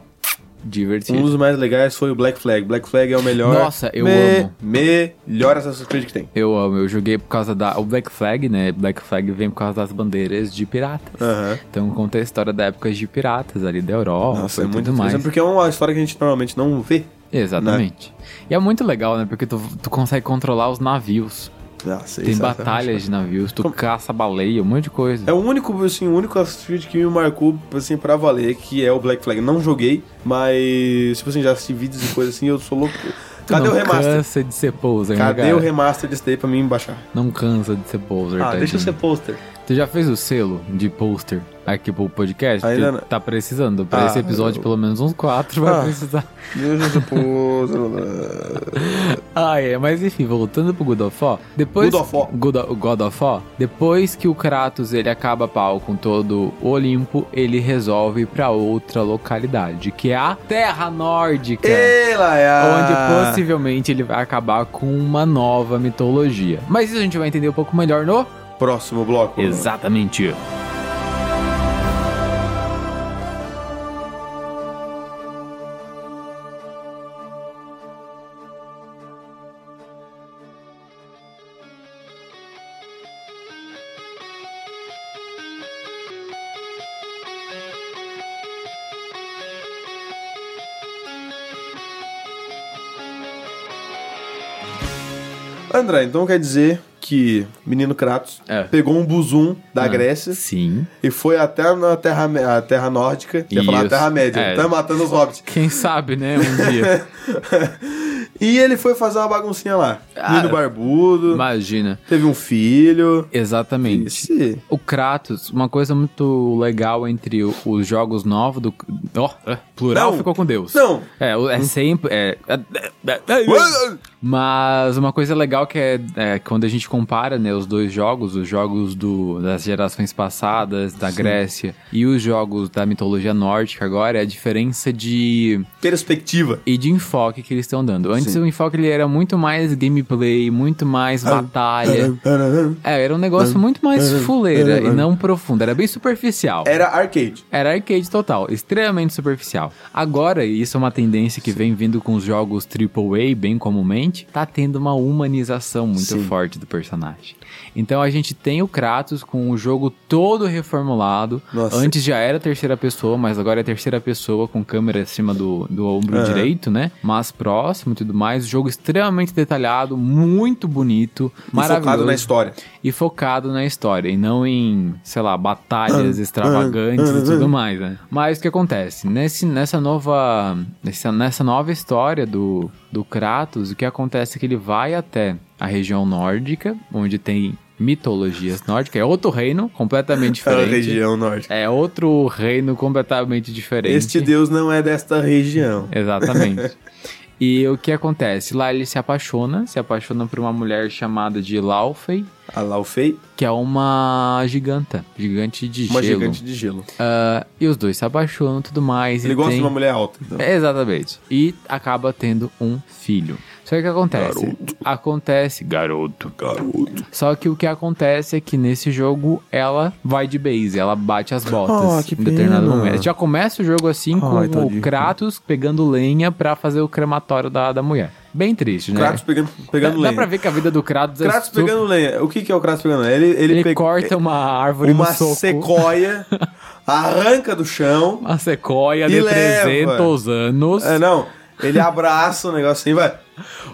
[SPEAKER 1] divertido.
[SPEAKER 2] Um dos mais legais foi o Black Flag. Black Flag é o melhor.
[SPEAKER 1] Nossa, eu
[SPEAKER 2] me-
[SPEAKER 1] amo.
[SPEAKER 2] Melhor Assassin's Creed que tem.
[SPEAKER 1] Eu amo, eu joguei por causa da. O Black Flag, né? Black Flag vem por causa das bandeiras de piratas.
[SPEAKER 2] Aham.
[SPEAKER 1] Então conta a história da época de piratas ali da Europa
[SPEAKER 2] Nossa,
[SPEAKER 1] e
[SPEAKER 2] é muito
[SPEAKER 1] tudo mais.
[SPEAKER 2] interessante, porque é uma história que a gente normalmente não vê.
[SPEAKER 1] Exatamente. E é muito legal, né? Porque tu, tu consegue controlar os navios.
[SPEAKER 2] Nossa,
[SPEAKER 1] Tem
[SPEAKER 2] isso é-
[SPEAKER 1] batalhas de navios, tu caça baleia, um monte de coisa.
[SPEAKER 2] É o único, assim, o único Assassin's Creed que me marcou, assim, pra valer, que é o Black Flag. Não joguei, mas, tipo assim, já assisti vídeos e coisa assim, eu sou louco.
[SPEAKER 1] Tu
[SPEAKER 2] Cadê
[SPEAKER 1] não
[SPEAKER 2] o remaster?
[SPEAKER 1] Cansa de ser poser, né,
[SPEAKER 2] Cadê
[SPEAKER 1] cara?
[SPEAKER 2] o remaster desse daí pra mim baixar?
[SPEAKER 1] Não cansa de ser poser,
[SPEAKER 2] Ah,
[SPEAKER 1] tadinho.
[SPEAKER 2] deixa eu ser poster.
[SPEAKER 1] Tu já fez o selo de poster aqui pro podcast? Tu
[SPEAKER 2] Ainda não.
[SPEAKER 1] Tá precisando. Pra
[SPEAKER 2] Ah,
[SPEAKER 1] esse episódio,
[SPEAKER 2] eu-
[SPEAKER 1] pelo menos uns quatro vai
[SPEAKER 2] Ah.
[SPEAKER 1] precisar.
[SPEAKER 2] Deixa eu ser poster.
[SPEAKER 1] Ah, é, mas enfim, voltando pro God of War, depois...
[SPEAKER 2] God of War.
[SPEAKER 1] God o- God of War, depois que o Kratos, ele acaba a pau com todo o Olimpo, ele resolve ir pra outra localidade, que é a Terra Nórdica.
[SPEAKER 2] Ei, Laia!
[SPEAKER 1] Onde possivelmente ele vai acabar com uma nova mitologia. Mas isso a gente vai entender um pouco melhor no...
[SPEAKER 2] Próximo bloco.
[SPEAKER 1] Exatamente.
[SPEAKER 2] André, então quer dizer que menino Kratos
[SPEAKER 1] É.
[SPEAKER 2] pegou um buzum da
[SPEAKER 1] Ah,
[SPEAKER 2] Grécia
[SPEAKER 1] Sim.
[SPEAKER 2] e foi até na Terra, a terra Nórdica, ia falar
[SPEAKER 1] Isso.
[SPEAKER 2] Terra-média,
[SPEAKER 1] É.
[SPEAKER 2] tá matando os hobbits.
[SPEAKER 1] Quem sabe, né, um dia.
[SPEAKER 2] E ele foi fazer uma baguncinha lá.
[SPEAKER 1] Ah,
[SPEAKER 2] Menino barbudo,
[SPEAKER 1] Imagina.
[SPEAKER 2] teve um filho.
[SPEAKER 1] Exatamente.
[SPEAKER 2] Esse.
[SPEAKER 1] O Kratos, uma coisa muito legal entre o- os jogos novos do. Ó, é, plural
[SPEAKER 2] Não.
[SPEAKER 1] ficou com Deus.
[SPEAKER 2] Não.
[SPEAKER 1] É, o- é sempre. É, mas uma coisa legal que é, é quando a gente compara né, os dois jogos, os jogos do, das gerações passadas, da Grécia, e os jogos da mitologia nórdica agora, é a diferença de
[SPEAKER 2] Perspectiva.
[SPEAKER 1] e de enfoque que eles estão dando. Antes o enfoque ele era muito mais gameplay, muito mais batalha. Ah, É, era um negócio muito mais fuleira e não profundo, era bem superficial.
[SPEAKER 2] Era arcade.
[SPEAKER 1] Era arcade total, extremamente superficial. Agora, e isso é uma tendência que vem vindo com os jogos AAA, bem comumente, tá tendo uma humanização muito
[SPEAKER 2] Sim.
[SPEAKER 1] forte do personagem. Então a gente tem o Kratos com o jogo todo reformulado.
[SPEAKER 2] Nossa.
[SPEAKER 1] Antes já era terceira pessoa, mas agora é terceira pessoa com câmera acima do, do ombro
[SPEAKER 2] Aham.
[SPEAKER 1] direito, né? Mas próximo e tudo mais. Jogo extremamente detalhado, muito bonito, maravilhoso
[SPEAKER 2] Focado na história.
[SPEAKER 1] e focado na história, e não em, sei lá, batalhas extravagantes e tudo mais, né? Mas o que acontece? Nesse, nessa nova. Nessa, nessa nova história do, do Kratos, o que acontece é que ele vai até a região nórdica, onde tem mitologias nórdicas, é outro reino completamente
[SPEAKER 2] Era a
[SPEAKER 1] diferente.
[SPEAKER 2] região norte.
[SPEAKER 1] É outro reino completamente diferente.
[SPEAKER 2] Este Deus não é desta região.
[SPEAKER 1] Exatamente. E o que acontece? Lá ele se apaixona, se apaixona por uma mulher chamada de Laufey,
[SPEAKER 2] A Laufey,
[SPEAKER 1] que é uma giganta, gigante de
[SPEAKER 2] uma
[SPEAKER 1] gelo.
[SPEAKER 2] gigante de gelo.
[SPEAKER 1] Ah, e os dois se apaixonam e tudo mais.
[SPEAKER 2] Ele
[SPEAKER 1] e
[SPEAKER 2] gosta
[SPEAKER 1] tem...
[SPEAKER 2] de uma mulher alta. Então.
[SPEAKER 1] É, Exatamente. E acaba tendo um filho. Só que o que acontece?
[SPEAKER 2] Garoto.
[SPEAKER 1] Acontece. Garoto.
[SPEAKER 2] Garoto.
[SPEAKER 1] Só que o que acontece é que nesse jogo ela vai de base, ela bate as botas
[SPEAKER 2] Ah, que
[SPEAKER 1] em determinado
[SPEAKER 2] pena.
[SPEAKER 1] momento. Já começa o jogo assim com
[SPEAKER 2] Ai,
[SPEAKER 1] o
[SPEAKER 2] tadinho.
[SPEAKER 1] Kratos pegando lenha pra fazer o crematório da, da mulher. Bem triste, né?
[SPEAKER 2] Kratos pegando, pegando
[SPEAKER 1] dá, dá
[SPEAKER 2] lenha.
[SPEAKER 1] pra ver que a vida do Kratos, é
[SPEAKER 2] Kratos
[SPEAKER 1] super-
[SPEAKER 2] pegando lenha. O que, que é o Kratos pegando lenha? Ele, ele,
[SPEAKER 1] ele
[SPEAKER 2] pega-
[SPEAKER 1] corta uma árvore
[SPEAKER 2] uma
[SPEAKER 1] no soco.
[SPEAKER 2] sequoia, arranca do chão.
[SPEAKER 1] Uma sequoia
[SPEAKER 2] E
[SPEAKER 1] de
[SPEAKER 2] leva.
[SPEAKER 1] 300 anos.
[SPEAKER 2] É, não, ele abraça o negócio assim, vai.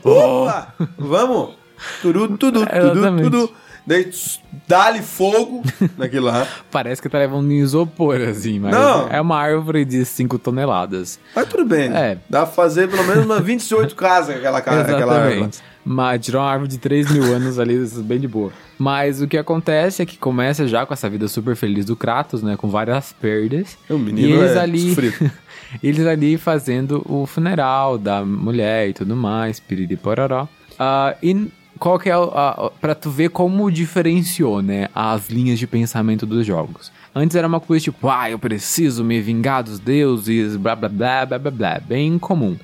[SPEAKER 1] Oh.
[SPEAKER 2] Opa! Vamos! Tudu, tudu, tudu,
[SPEAKER 1] É, Exatamente.
[SPEAKER 2] tudu. Daí tss, dá-lhe fogo naquilo lá.
[SPEAKER 1] Parece que tá levando em isopor, assim, mas
[SPEAKER 2] Não.
[SPEAKER 1] é uma árvore de 5 toneladas.
[SPEAKER 2] Mas tudo bem.
[SPEAKER 1] É.
[SPEAKER 2] Dá pra fazer pelo menos umas 28 casas com aquela cara, aquela arma.
[SPEAKER 1] Exatamente. Mas tirou uma árvore de 3 mil anos ali, isso é bem de boa. Mas o que acontece é que começa já com essa vida super feliz do Kratos, né? Com várias perdas.
[SPEAKER 2] O menino
[SPEAKER 1] e eles
[SPEAKER 2] é
[SPEAKER 1] ali.
[SPEAKER 2] sofrido.
[SPEAKER 1] eles ali fazendo o funeral da mulher e tudo mais, piriri pororó. Ah, e qual que é o- a, a- pra tu ver como diferenciou, né, as linhas de pensamento dos jogos. Antes era uma coisa tipo, ah, eu preciso me vingar dos deuses, blá blá blá blá blá blá, bem comum.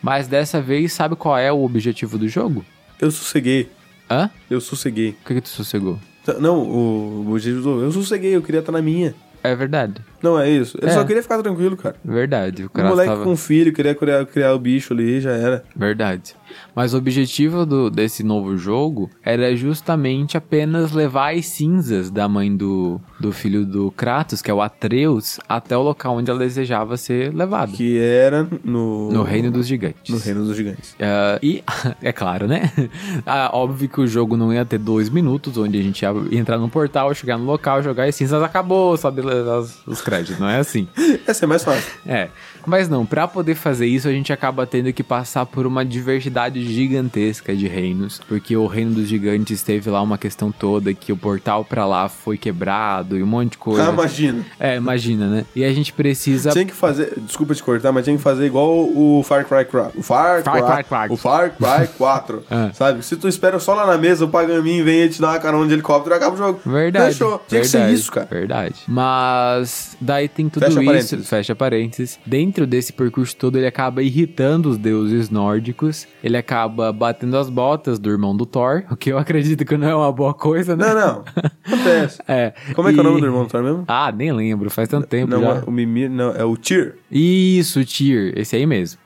[SPEAKER 1] Mas dessa vez, sabe qual é o objetivo do jogo?
[SPEAKER 2] Eu sosseguei,
[SPEAKER 1] Hã?
[SPEAKER 2] eu sosseguei.
[SPEAKER 1] O que que tu sossegou?
[SPEAKER 2] T- Não, o, o Jesus, eu sosseguei, eu queria estar na minha.
[SPEAKER 1] É verdade,
[SPEAKER 2] Não é isso. Eu
[SPEAKER 1] É.
[SPEAKER 2] só queria ficar tranquilo, cara.
[SPEAKER 1] verdade. O
[SPEAKER 2] Um
[SPEAKER 1] Kratos
[SPEAKER 2] moleque
[SPEAKER 1] tava...
[SPEAKER 2] com filho, queria criar, criar o bicho ali, já era.
[SPEAKER 1] Verdade. Mas o objetivo do- desse novo jogo era justamente apenas levar as cinzas da mãe do, do filho do Kratos, que é o Atreus, até o local onde ela desejava ser levada.
[SPEAKER 2] Que era no.
[SPEAKER 1] No Reino dos Gigantes.
[SPEAKER 2] No Reino dos Gigantes.
[SPEAKER 1] Ah, e, é claro, né? Ah, óbvio que o jogo não ia ter dois minutos, onde a gente ia entrar num portal, chegar no local, jogar as cinzas, acabou, sabe? as- Os créditos, não é assim.
[SPEAKER 2] Essa é mais fácil.
[SPEAKER 1] É, mas não, pra poder fazer isso a gente acaba tendo que passar por uma diversidade gigantesca de reinos, porque o reino dos gigantes teve lá uma questão toda que o portal pra lá foi quebrado e um monte de coisa.
[SPEAKER 2] Ah, imagina.
[SPEAKER 1] É, imagina, né? E a gente precisa
[SPEAKER 2] Tinha que fazer. Desculpa te cortar, mas tinha que fazer igual o Far Cry 4. O Far,
[SPEAKER 1] Far Cry
[SPEAKER 2] Cry
[SPEAKER 1] 4.
[SPEAKER 2] O Far Cry 4.
[SPEAKER 1] Ah.
[SPEAKER 2] Sabe? Se tu espera só lá na mesa, o Pagamin vem e te dá uma carona de helicóptero e acaba o jogo.
[SPEAKER 1] Verdade.
[SPEAKER 2] Fechou. Tinha que ser
[SPEAKER 1] verdade,
[SPEAKER 2] isso, cara.
[SPEAKER 1] Verdade. Mas daí tem tudo
[SPEAKER 2] Fecha
[SPEAKER 1] isso.
[SPEAKER 2] parênteses.
[SPEAKER 1] Fecha parênteses. Dentro desse percurso todo, ele acaba irritando os deuses nórdicos. Ele acaba batendo as botas do irmão do Thor, o que eu acredito que não é uma boa coisa, né?
[SPEAKER 2] Não, não. Acontece.
[SPEAKER 1] É.
[SPEAKER 2] Como é que é o
[SPEAKER 1] e-
[SPEAKER 2] nome do irmão do Thor mesmo?
[SPEAKER 1] Ah, nem lembro, faz tanto tempo
[SPEAKER 2] Não,
[SPEAKER 1] já.
[SPEAKER 2] é o Mimir, não, é o Tyr.
[SPEAKER 1] Isso, Tyr, esse aí mesmo.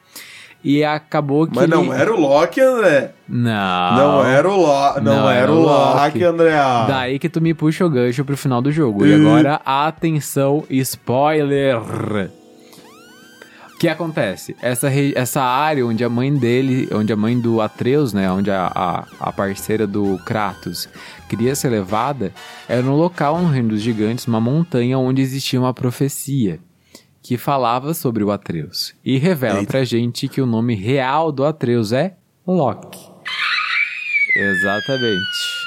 [SPEAKER 1] E acabou que.
[SPEAKER 2] Mas não
[SPEAKER 1] ele-
[SPEAKER 2] era o Loki, André.
[SPEAKER 1] Não.
[SPEAKER 2] Não é era o Loki. Não, era o Loki, André. Ah.
[SPEAKER 1] Daí que tu me puxa o gancho pro final do jogo. E
[SPEAKER 2] Ih.
[SPEAKER 1] agora, atenção, spoiler! O que acontece? Essa, re- essa área onde a mãe dele, onde a mãe do Atreus, né? Onde a, a, a parceira do Kratos queria ser levada, era um local no Reino dos Gigantes, uma montanha onde existia uma profecia que falava sobre o Atreus. E revela
[SPEAKER 2] Eita.
[SPEAKER 1] pra gente que o nome real do Atreus é Loki. Exatamente.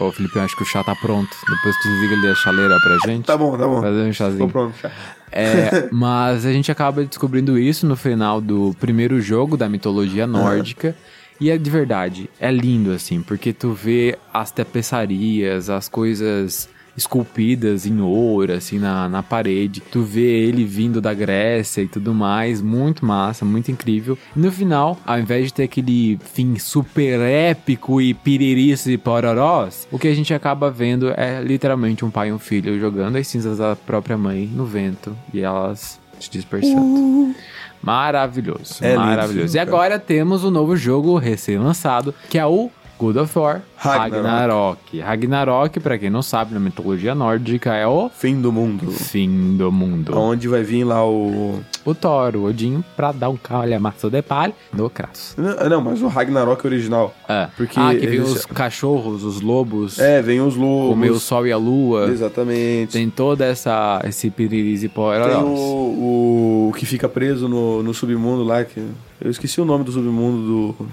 [SPEAKER 1] Ô, Felipe, eu acho que o chá tá pronto. Depois tu liga ali a chaleira pra gente.
[SPEAKER 2] Tá bom, tá bom.
[SPEAKER 1] Fazer um chazinho.
[SPEAKER 2] Tô pronto, chá.
[SPEAKER 1] É, mas a gente acaba descobrindo isso no final do primeiro jogo da mitologia nórdica. E é de verdade, é lindo assim, porque tu vê as tapeçarias, as coisas esculpidas em ouro, assim, na, na parede. Tu vê ele vindo da Grécia e tudo mais. Muito massa, muito incrível. E no final, ao invés de ter aquele fim super épico e piririce e pororós, o que a gente acaba vendo é literalmente um pai e um filho jogando as cinzas da própria mãe no vento e elas se dispersando. Maravilhoso,
[SPEAKER 2] É lindo,
[SPEAKER 1] maravilhoso. E
[SPEAKER 2] cara.
[SPEAKER 1] agora temos o novo jogo recém-lançado, que é o God of War
[SPEAKER 2] Ragnarok.
[SPEAKER 1] Ragnarok. Ragnarok, pra quem não sabe, na mitologia nórdica é o
[SPEAKER 2] Fim do mundo.
[SPEAKER 1] fim do mundo.
[SPEAKER 2] Onde vai vir lá o.
[SPEAKER 1] O Thor, o Odin, pra dar um calhamaço de palha no crasso.
[SPEAKER 2] Não, não, mas o Ragnarok original.
[SPEAKER 1] É.
[SPEAKER 2] Porque
[SPEAKER 1] ah, que vem
[SPEAKER 2] eles-
[SPEAKER 1] os cachorros, os lobos,
[SPEAKER 2] É, vem os
[SPEAKER 1] o meu
[SPEAKER 2] lobos.
[SPEAKER 1] sol e a lua.
[SPEAKER 2] Exatamente.
[SPEAKER 1] Tem toda essa esse piririz e pororós.
[SPEAKER 2] Tem o, o que fica preso no, no submundo lá, que eu esqueci o nome do submundo do.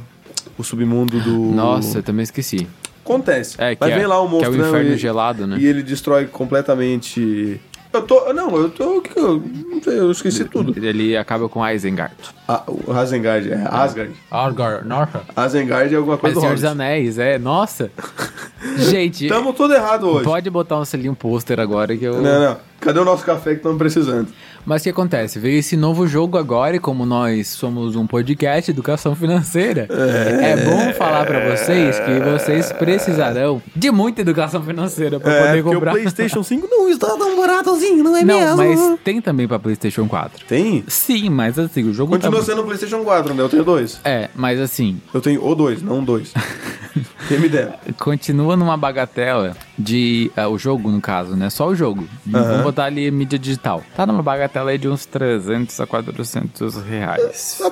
[SPEAKER 2] O submundo do.
[SPEAKER 1] Nossa, eu também esqueci.
[SPEAKER 2] Acontece.
[SPEAKER 1] É, que
[SPEAKER 2] Mas
[SPEAKER 1] é,
[SPEAKER 2] vem lá o monstro.
[SPEAKER 1] que é o
[SPEAKER 2] né,
[SPEAKER 1] inferno
[SPEAKER 2] e,
[SPEAKER 1] gelado, né?
[SPEAKER 2] e ele destrói completamente. Eu tô. Não, eu tô. Eu, não sei, eu esqueci tudo.
[SPEAKER 1] Ele acaba com Isengard.
[SPEAKER 2] Ah, o Asengard. É, Asgard.
[SPEAKER 1] Argar, Norfa.
[SPEAKER 2] Asengard é alguma
[SPEAKER 1] Ah. Mas
[SPEAKER 2] coisa do
[SPEAKER 1] Senhor dos
[SPEAKER 2] Hobbit.
[SPEAKER 1] Anéis, é. Nossa! Gente,
[SPEAKER 2] Tamo todo errado hoje.
[SPEAKER 1] pode botar um selinho pôster agora que eu.
[SPEAKER 2] Não, não. Cadê o nosso café que estamos precisando?
[SPEAKER 1] Mas o que acontece? Veio esse novo jogo agora e como nós somos um podcast de educação financeira, é, bom falar pra vocês que vocês precisarão de muita educação financeira pra
[SPEAKER 2] É,
[SPEAKER 1] poder
[SPEAKER 2] porque
[SPEAKER 1] comprar.
[SPEAKER 2] o PlayStation 5 não está tão baratozinho, não é
[SPEAKER 1] Não,
[SPEAKER 2] mesmo?
[SPEAKER 1] mas tem também pra PlayStation 4.
[SPEAKER 2] Tem?
[SPEAKER 1] Sim, mas assim, o jogo
[SPEAKER 2] Continua
[SPEAKER 1] tá...
[SPEAKER 2] sendo o PlayStation 4, né? Eu tenho dois.
[SPEAKER 1] É, mas assim,
[SPEAKER 2] Eu tenho o dois, não dois. Quem me dera.
[SPEAKER 1] continua numa bagatela de. ah, o jogo, no caso, né? Só o jogo. Vamos botar ali mídia digital. Tá numa bagatela aí de uns 300 a 400 reais.
[SPEAKER 2] Tá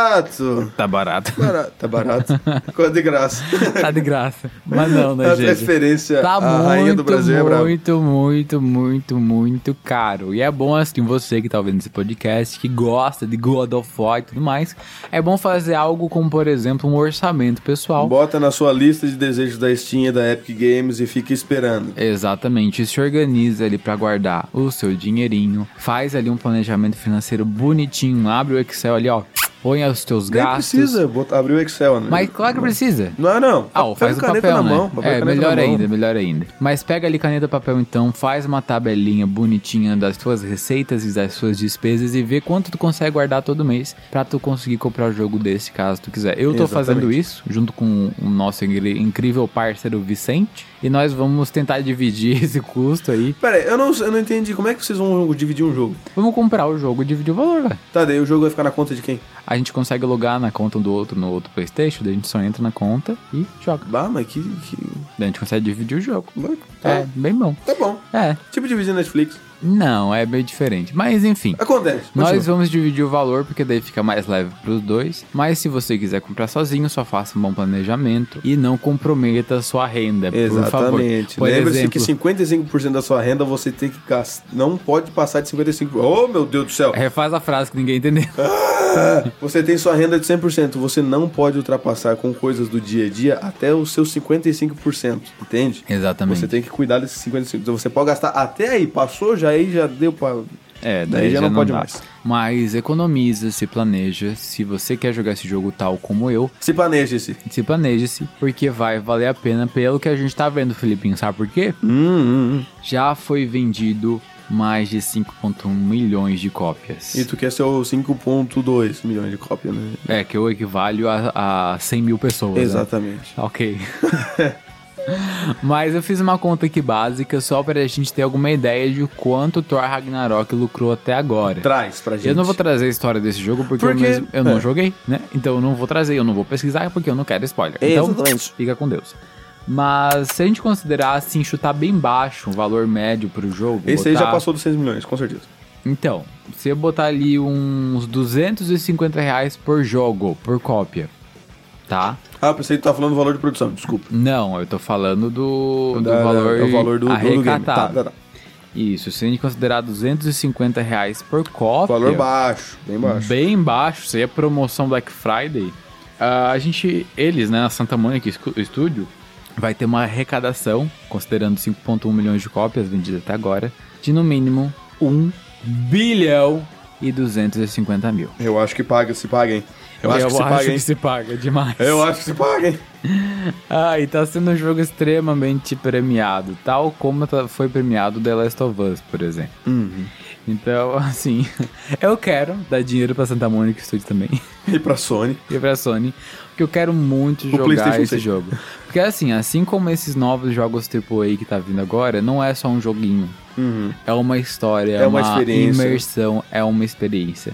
[SPEAKER 2] barato.
[SPEAKER 1] Tá barato.
[SPEAKER 2] Barato. Tá barato. Coisa de graça.
[SPEAKER 1] tá de graça. Mas não, né,
[SPEAKER 2] a
[SPEAKER 1] gente?
[SPEAKER 2] transferência
[SPEAKER 1] Tá
[SPEAKER 2] a rainha do
[SPEAKER 1] muito,
[SPEAKER 2] Brasil é brava.
[SPEAKER 1] muito, muito, muito, muito caro. E é bom, assim, você que tá ouvindo esse podcast, que gosta de God of War e tudo mais, é bom fazer algo como, por exemplo, um orçamento pessoal.
[SPEAKER 2] Bota na sua lista de desejos da Steam e da Epic Games e fica esperando.
[SPEAKER 1] Exatamente, se organiza ali pra guardar o seu dinheirinho, faz ali um planejamento financeiro bonitinho, abre o Excel ali, ó, põe os teus
[SPEAKER 2] Nem
[SPEAKER 1] gastos.
[SPEAKER 2] precisa botar, abrir o Excel, né?
[SPEAKER 1] Mas claro que precisa.
[SPEAKER 2] Não, não.
[SPEAKER 1] Ah, ó,
[SPEAKER 2] Papel
[SPEAKER 1] faz
[SPEAKER 2] e
[SPEAKER 1] o
[SPEAKER 2] caneta
[SPEAKER 1] papel,
[SPEAKER 2] na
[SPEAKER 1] né?
[SPEAKER 2] mão. papel e
[SPEAKER 1] é,
[SPEAKER 2] caneta
[SPEAKER 1] melhor
[SPEAKER 2] na mão.
[SPEAKER 1] ainda, melhor ainda. Mas pega ali caneta e papel então, faz uma tabelinha bonitinha das tuas receitas e das suas despesas e vê quanto tu consegue guardar todo mês pra tu conseguir comprar o jogo desse caso tu quiser. Eu tô
[SPEAKER 2] Exatamente.
[SPEAKER 1] fazendo isso junto com o nosso ingri- incrível parceiro Vicente e nós vamos tentar dividir esse custo aí
[SPEAKER 2] Pera aí, eu não, eu não entendi. Como é que vocês vão dividir um jogo?
[SPEAKER 1] Vamos comprar o jogo e dividir o valor, velho.
[SPEAKER 2] Tá, daí o jogo vai ficar na conta de quem?
[SPEAKER 1] A gente consegue logar na conta um do outro no outro Playstation, daí a gente só entra na conta e joga.
[SPEAKER 2] Bah, mas que... que...
[SPEAKER 1] Daí a gente consegue dividir o jogo.
[SPEAKER 2] Tá,
[SPEAKER 1] É, bem bom.
[SPEAKER 2] tá bom.
[SPEAKER 1] É.
[SPEAKER 2] Tipo dividir Netflix.
[SPEAKER 1] Não, é bem diferente. Mas enfim.
[SPEAKER 2] Acontece.
[SPEAKER 1] Nós
[SPEAKER 2] Continua.
[SPEAKER 1] vamos dividir o valor, porque daí fica mais leve pros dois. Mas se você quiser comprar sozinho, só faça um bom planejamento e não comprometa a sua renda, por favor.
[SPEAKER 2] Exatamente.
[SPEAKER 1] Por
[SPEAKER 2] Lembre-se
[SPEAKER 1] exemplo,
[SPEAKER 2] que 55% da sua renda você tem que gastar. Não pode passar de 55%. Oh, meu Deus do céu! Ah,
[SPEAKER 1] refaz a frase que ninguém entendeu.
[SPEAKER 2] Você tem sua renda de 100%. Você não pode ultrapassar com coisas do dia a dia até os seus 55%. Entende?
[SPEAKER 1] Exatamente.
[SPEAKER 2] Você tem que cuidar desses 55%. Então, Você pode gastar até aí. Passou, já aí já deu pra.
[SPEAKER 1] É,
[SPEAKER 2] Daí
[SPEAKER 1] daí, já,
[SPEAKER 2] já não pode
[SPEAKER 1] dá.
[SPEAKER 2] mais.
[SPEAKER 1] Mas economiza, se planeja. Se você quer jogar esse jogo tal como eu,
[SPEAKER 2] Se planeje-se.
[SPEAKER 1] se planeje-se, porque vai valer a pena pelo que a gente tá vendo, Felipinho. Sabe por quê?
[SPEAKER 2] Hum, hum, hum.
[SPEAKER 1] Já foi vendido mais de 5,1 milhões de cópias.
[SPEAKER 2] E tu quer ser o 5,2 milhões de cópias, né?
[SPEAKER 1] É, que eu equivalho a, a 100 mil pessoas. né?
[SPEAKER 2] Exatamente.
[SPEAKER 1] Ok. Mas eu fiz uma conta aqui básica só pra gente ter alguma ideia de quanto Thor Ragnarok lucrou até agora.
[SPEAKER 2] Traz pra gente.
[SPEAKER 1] Eu não vou trazer a história desse jogo porque,
[SPEAKER 2] Porque-
[SPEAKER 1] eu, mesmo- eu
[SPEAKER 2] é.
[SPEAKER 1] não joguei, né? Então eu não vou trazer, eu não vou pesquisar porque eu não quero spoiler. Então
[SPEAKER 2] Exatamente.
[SPEAKER 1] fica com Deus. Mas se a gente considerar assim, chutar bem baixo um valor médio pro jogo.
[SPEAKER 2] Esse aí já
[SPEAKER 1] botar-
[SPEAKER 2] passou dos 6 milhões, com certeza.
[SPEAKER 1] Então, se eu botar ali uns 250 reais por jogo, por cópia, tá?
[SPEAKER 2] Ah, eu pensei que tu tava falando do valor de produção, desculpa.
[SPEAKER 1] Não, eu tô falando do, do
[SPEAKER 2] Da- da-
[SPEAKER 1] valor,
[SPEAKER 2] Então né, é o valor do- do- do game.
[SPEAKER 1] arrecadado.
[SPEAKER 2] Tá, tá, tá.
[SPEAKER 1] Isso, sendo considerado 250 reais por cópia.
[SPEAKER 2] Valor baixo, bem baixo.
[SPEAKER 1] Bem baixo, isso aí é promoção Black Friday. Ah, a gente, eles, né, a Santa Mônica Studio, vai ter uma arrecadação, considerando 5,1 milhões de cópias vendidas até agora, de no mínimo 1 bilhão e 250 mil.
[SPEAKER 2] Eu acho que paga, se paga, hein? Eu, acho que se paga, hein?
[SPEAKER 1] se paga, demais.
[SPEAKER 2] Eu acho que se paga, hein?
[SPEAKER 1] Ah, e tá sendo um jogo extremamente premiado, tal como tá- foi premiado The Last of Us, por exemplo.
[SPEAKER 2] Uhum.
[SPEAKER 1] Então, assim, eu quero dar dinheiro pra Santa Mônica Studio também
[SPEAKER 2] E pra Sony.
[SPEAKER 1] e pra Sony, porque eu quero muito jogar
[SPEAKER 2] PlayStation
[SPEAKER 1] esse
[SPEAKER 2] seis.
[SPEAKER 1] jogo. Porque assim, assim como esses novos jogos AAA que tá vindo agora, não é só um joguinho,
[SPEAKER 2] Uhum.
[SPEAKER 1] é uma história, é
[SPEAKER 2] É
[SPEAKER 1] uma,
[SPEAKER 2] uma experiência.
[SPEAKER 1] imersão, é uma experiência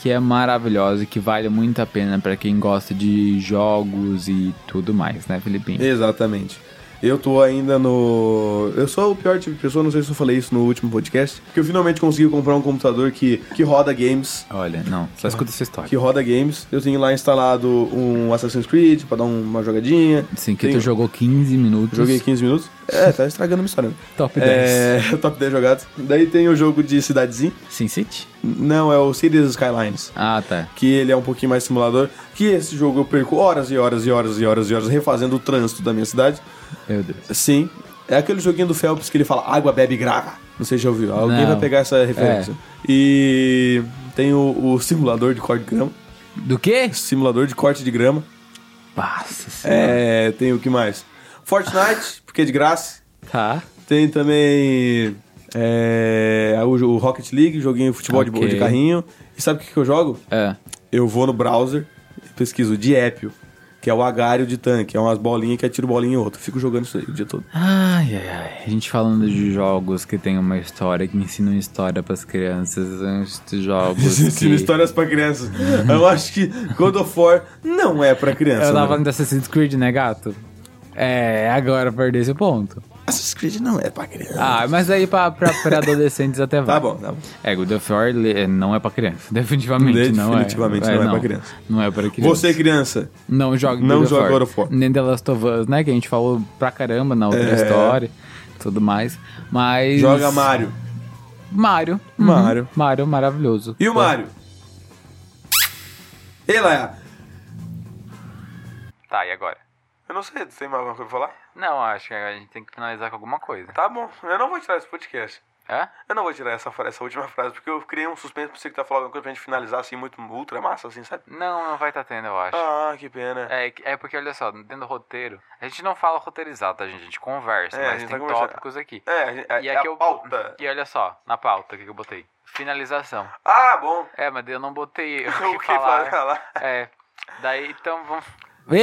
[SPEAKER 1] que é maravilhosa e que vale muito a pena pra quem gosta de jogos e tudo mais, né, Felipinho?
[SPEAKER 2] Exatamente. Eu tô ainda no. Eu sou o pior tipo de pessoa, não sei se eu falei isso no último podcast, que eu finalmente consegui comprar um computador que, que roda games.
[SPEAKER 1] Olha, não, só escuta essa história.
[SPEAKER 2] Que roda games. Eu tenho lá instalado um Assassin's Creed pra dar uma jogadinha.
[SPEAKER 1] Sim, que
[SPEAKER 2] Tenho-
[SPEAKER 1] tu jogou 15 minutos.
[SPEAKER 2] Joguei 15 minutos. É, tá estragando a história.
[SPEAKER 1] Top 10.
[SPEAKER 2] É, top 10 jogados. Daí tem o jogo de cidadezinha.
[SPEAKER 1] Sin City?
[SPEAKER 2] Não, é o Cities Skylines.
[SPEAKER 1] Ah, tá.
[SPEAKER 2] que ele é um pouquinho mais simulador, que esse jogo eu perco horas e horas e horas e horas e horas refazendo o trânsito da minha cidade.
[SPEAKER 1] Meu Deus.
[SPEAKER 2] Sim, é aquele joguinho do Phelps que ele fala água, bebe e grava. Não sei se já ouviu, alguém
[SPEAKER 1] Não.
[SPEAKER 2] vai pegar essa referência. E tem o, o simulador de corte de grama,
[SPEAKER 1] Do quê?
[SPEAKER 2] simulador de corte de grama.
[SPEAKER 1] Passa, senhora.
[SPEAKER 2] É, tem o que mais? Fortnite, porque é de graça.
[SPEAKER 1] Tá.
[SPEAKER 2] Tem também é, o, jo- o Rocket League, joguinho de futebol de bo-
[SPEAKER 1] Ok.
[SPEAKER 2] de carrinho. E sabe o que que eu jogo?
[SPEAKER 1] É.
[SPEAKER 2] Eu vou no browser, pesquiso Diépio, que é o agário de tanque, é umas bolinhas que atira bolinha em outra. Fico jogando isso aí o dia todo.
[SPEAKER 1] Ai, ai, ai. A gente falando de jogos que tem uma história, que ensinam história pras crianças, esses jogos
[SPEAKER 2] Ensino
[SPEAKER 1] que...
[SPEAKER 2] histórias pra crianças. Eu acho que God of War não é pra criança.
[SPEAKER 1] Eu tava
[SPEAKER 2] né?
[SPEAKER 1] falando de Assassin's Creed, né, gato? É, agora eu perdi esse ponto.
[SPEAKER 2] Assassin's Creed não é pra criança.
[SPEAKER 1] Ah, mas aí pra, pra, pra adolescentes até vai.
[SPEAKER 2] Tá bom, tá bom.
[SPEAKER 1] É, God of War ele- não é pra criança. Definitivamente não é.
[SPEAKER 2] Definitivamente não é pra criança.
[SPEAKER 1] Não é pra criança.
[SPEAKER 2] Você, criança,
[SPEAKER 1] Não joga
[SPEAKER 2] Não
[SPEAKER 1] God of
[SPEAKER 2] joga
[SPEAKER 1] War.
[SPEAKER 2] God of War.
[SPEAKER 1] Nem The Last of Us, né? Que a gente falou pra caramba na outra
[SPEAKER 2] É.
[SPEAKER 1] história tudo mais. Mas.
[SPEAKER 2] joga Mario.
[SPEAKER 1] Mario.
[SPEAKER 2] Mario.
[SPEAKER 1] Uhum. Mario, maravilhoso.
[SPEAKER 2] E o Mario? Ei, Laia.
[SPEAKER 1] Tá, e agora?
[SPEAKER 2] Eu não sei, você tem mais alguma coisa pra falar?
[SPEAKER 1] Não, acho que a gente tem que finalizar com alguma coisa.
[SPEAKER 2] Tá bom, eu não vou tirar esse podcast.
[SPEAKER 1] É?
[SPEAKER 2] Eu não vou tirar essa, fra- essa última frase, porque eu criei um suspense pra você que tá falando alguma coisa pra gente finalizar assim, muito ultra massa, assim, sabe?
[SPEAKER 1] Não, não vai estar tendo, eu acho.
[SPEAKER 2] Ah, que pena.
[SPEAKER 1] É, é porque, olha só, dentro do roteiro, a gente não fala roteirizado, tá, gente? A gente conversa,
[SPEAKER 2] É, a
[SPEAKER 1] mas
[SPEAKER 2] gente
[SPEAKER 1] tem
[SPEAKER 2] tá conversando.
[SPEAKER 1] tópicos aqui.
[SPEAKER 2] É, é,
[SPEAKER 1] E
[SPEAKER 2] é
[SPEAKER 1] aqui
[SPEAKER 2] a
[SPEAKER 1] eu-
[SPEAKER 2] pauta.
[SPEAKER 1] E olha só, na pauta, o que que eu botei? Finalização.
[SPEAKER 2] Ah, bom.
[SPEAKER 1] É, mas daí eu não botei o
[SPEAKER 2] O
[SPEAKER 1] que
[SPEAKER 2] que
[SPEAKER 1] falar.
[SPEAKER 2] falar?
[SPEAKER 1] É, daí então vamos...
[SPEAKER 2] E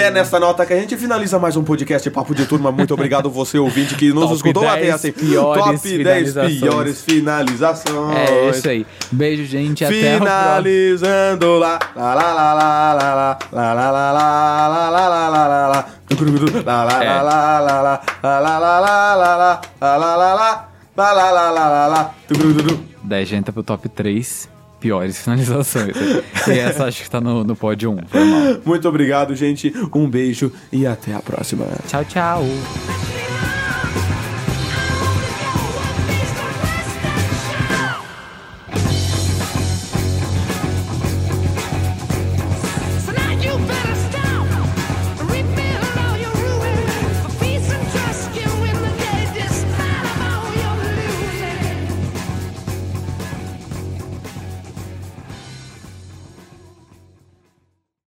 [SPEAKER 2] é nessa nota que a gente finaliza mais um podcast Papo de Turma. Muito obrigado você, ouvinte, que nos
[SPEAKER 1] Top
[SPEAKER 2] escutou até
[SPEAKER 1] 10
[SPEAKER 2] assim.
[SPEAKER 1] piores
[SPEAKER 2] Top 10
[SPEAKER 1] finalizações.
[SPEAKER 2] piores finalizações.
[SPEAKER 1] É isso aí. Beijo, gente. Até o próximo.
[SPEAKER 2] Finalizando lá. Lá, lá, lá, lá, lá, lá. Lá, lá, lá, lá, lá, lá, lá, lá, lá, lá. Tucurucutu. Lá, lá,
[SPEAKER 1] É.
[SPEAKER 2] lá, lá, lá, lá. Lá, lá, lá, lá, lá, lá. Lá, lá, lá, lá. Lá, lá, lá, lá, lá, lá. Tucurucutu.
[SPEAKER 1] Daí a gente entra pro top 3 piores finalizações. e essa acho que tá no, no pódio 1. Foi mal.
[SPEAKER 2] Muito obrigado, gente. Um beijo e até a próxima.
[SPEAKER 1] Tchau, tchau.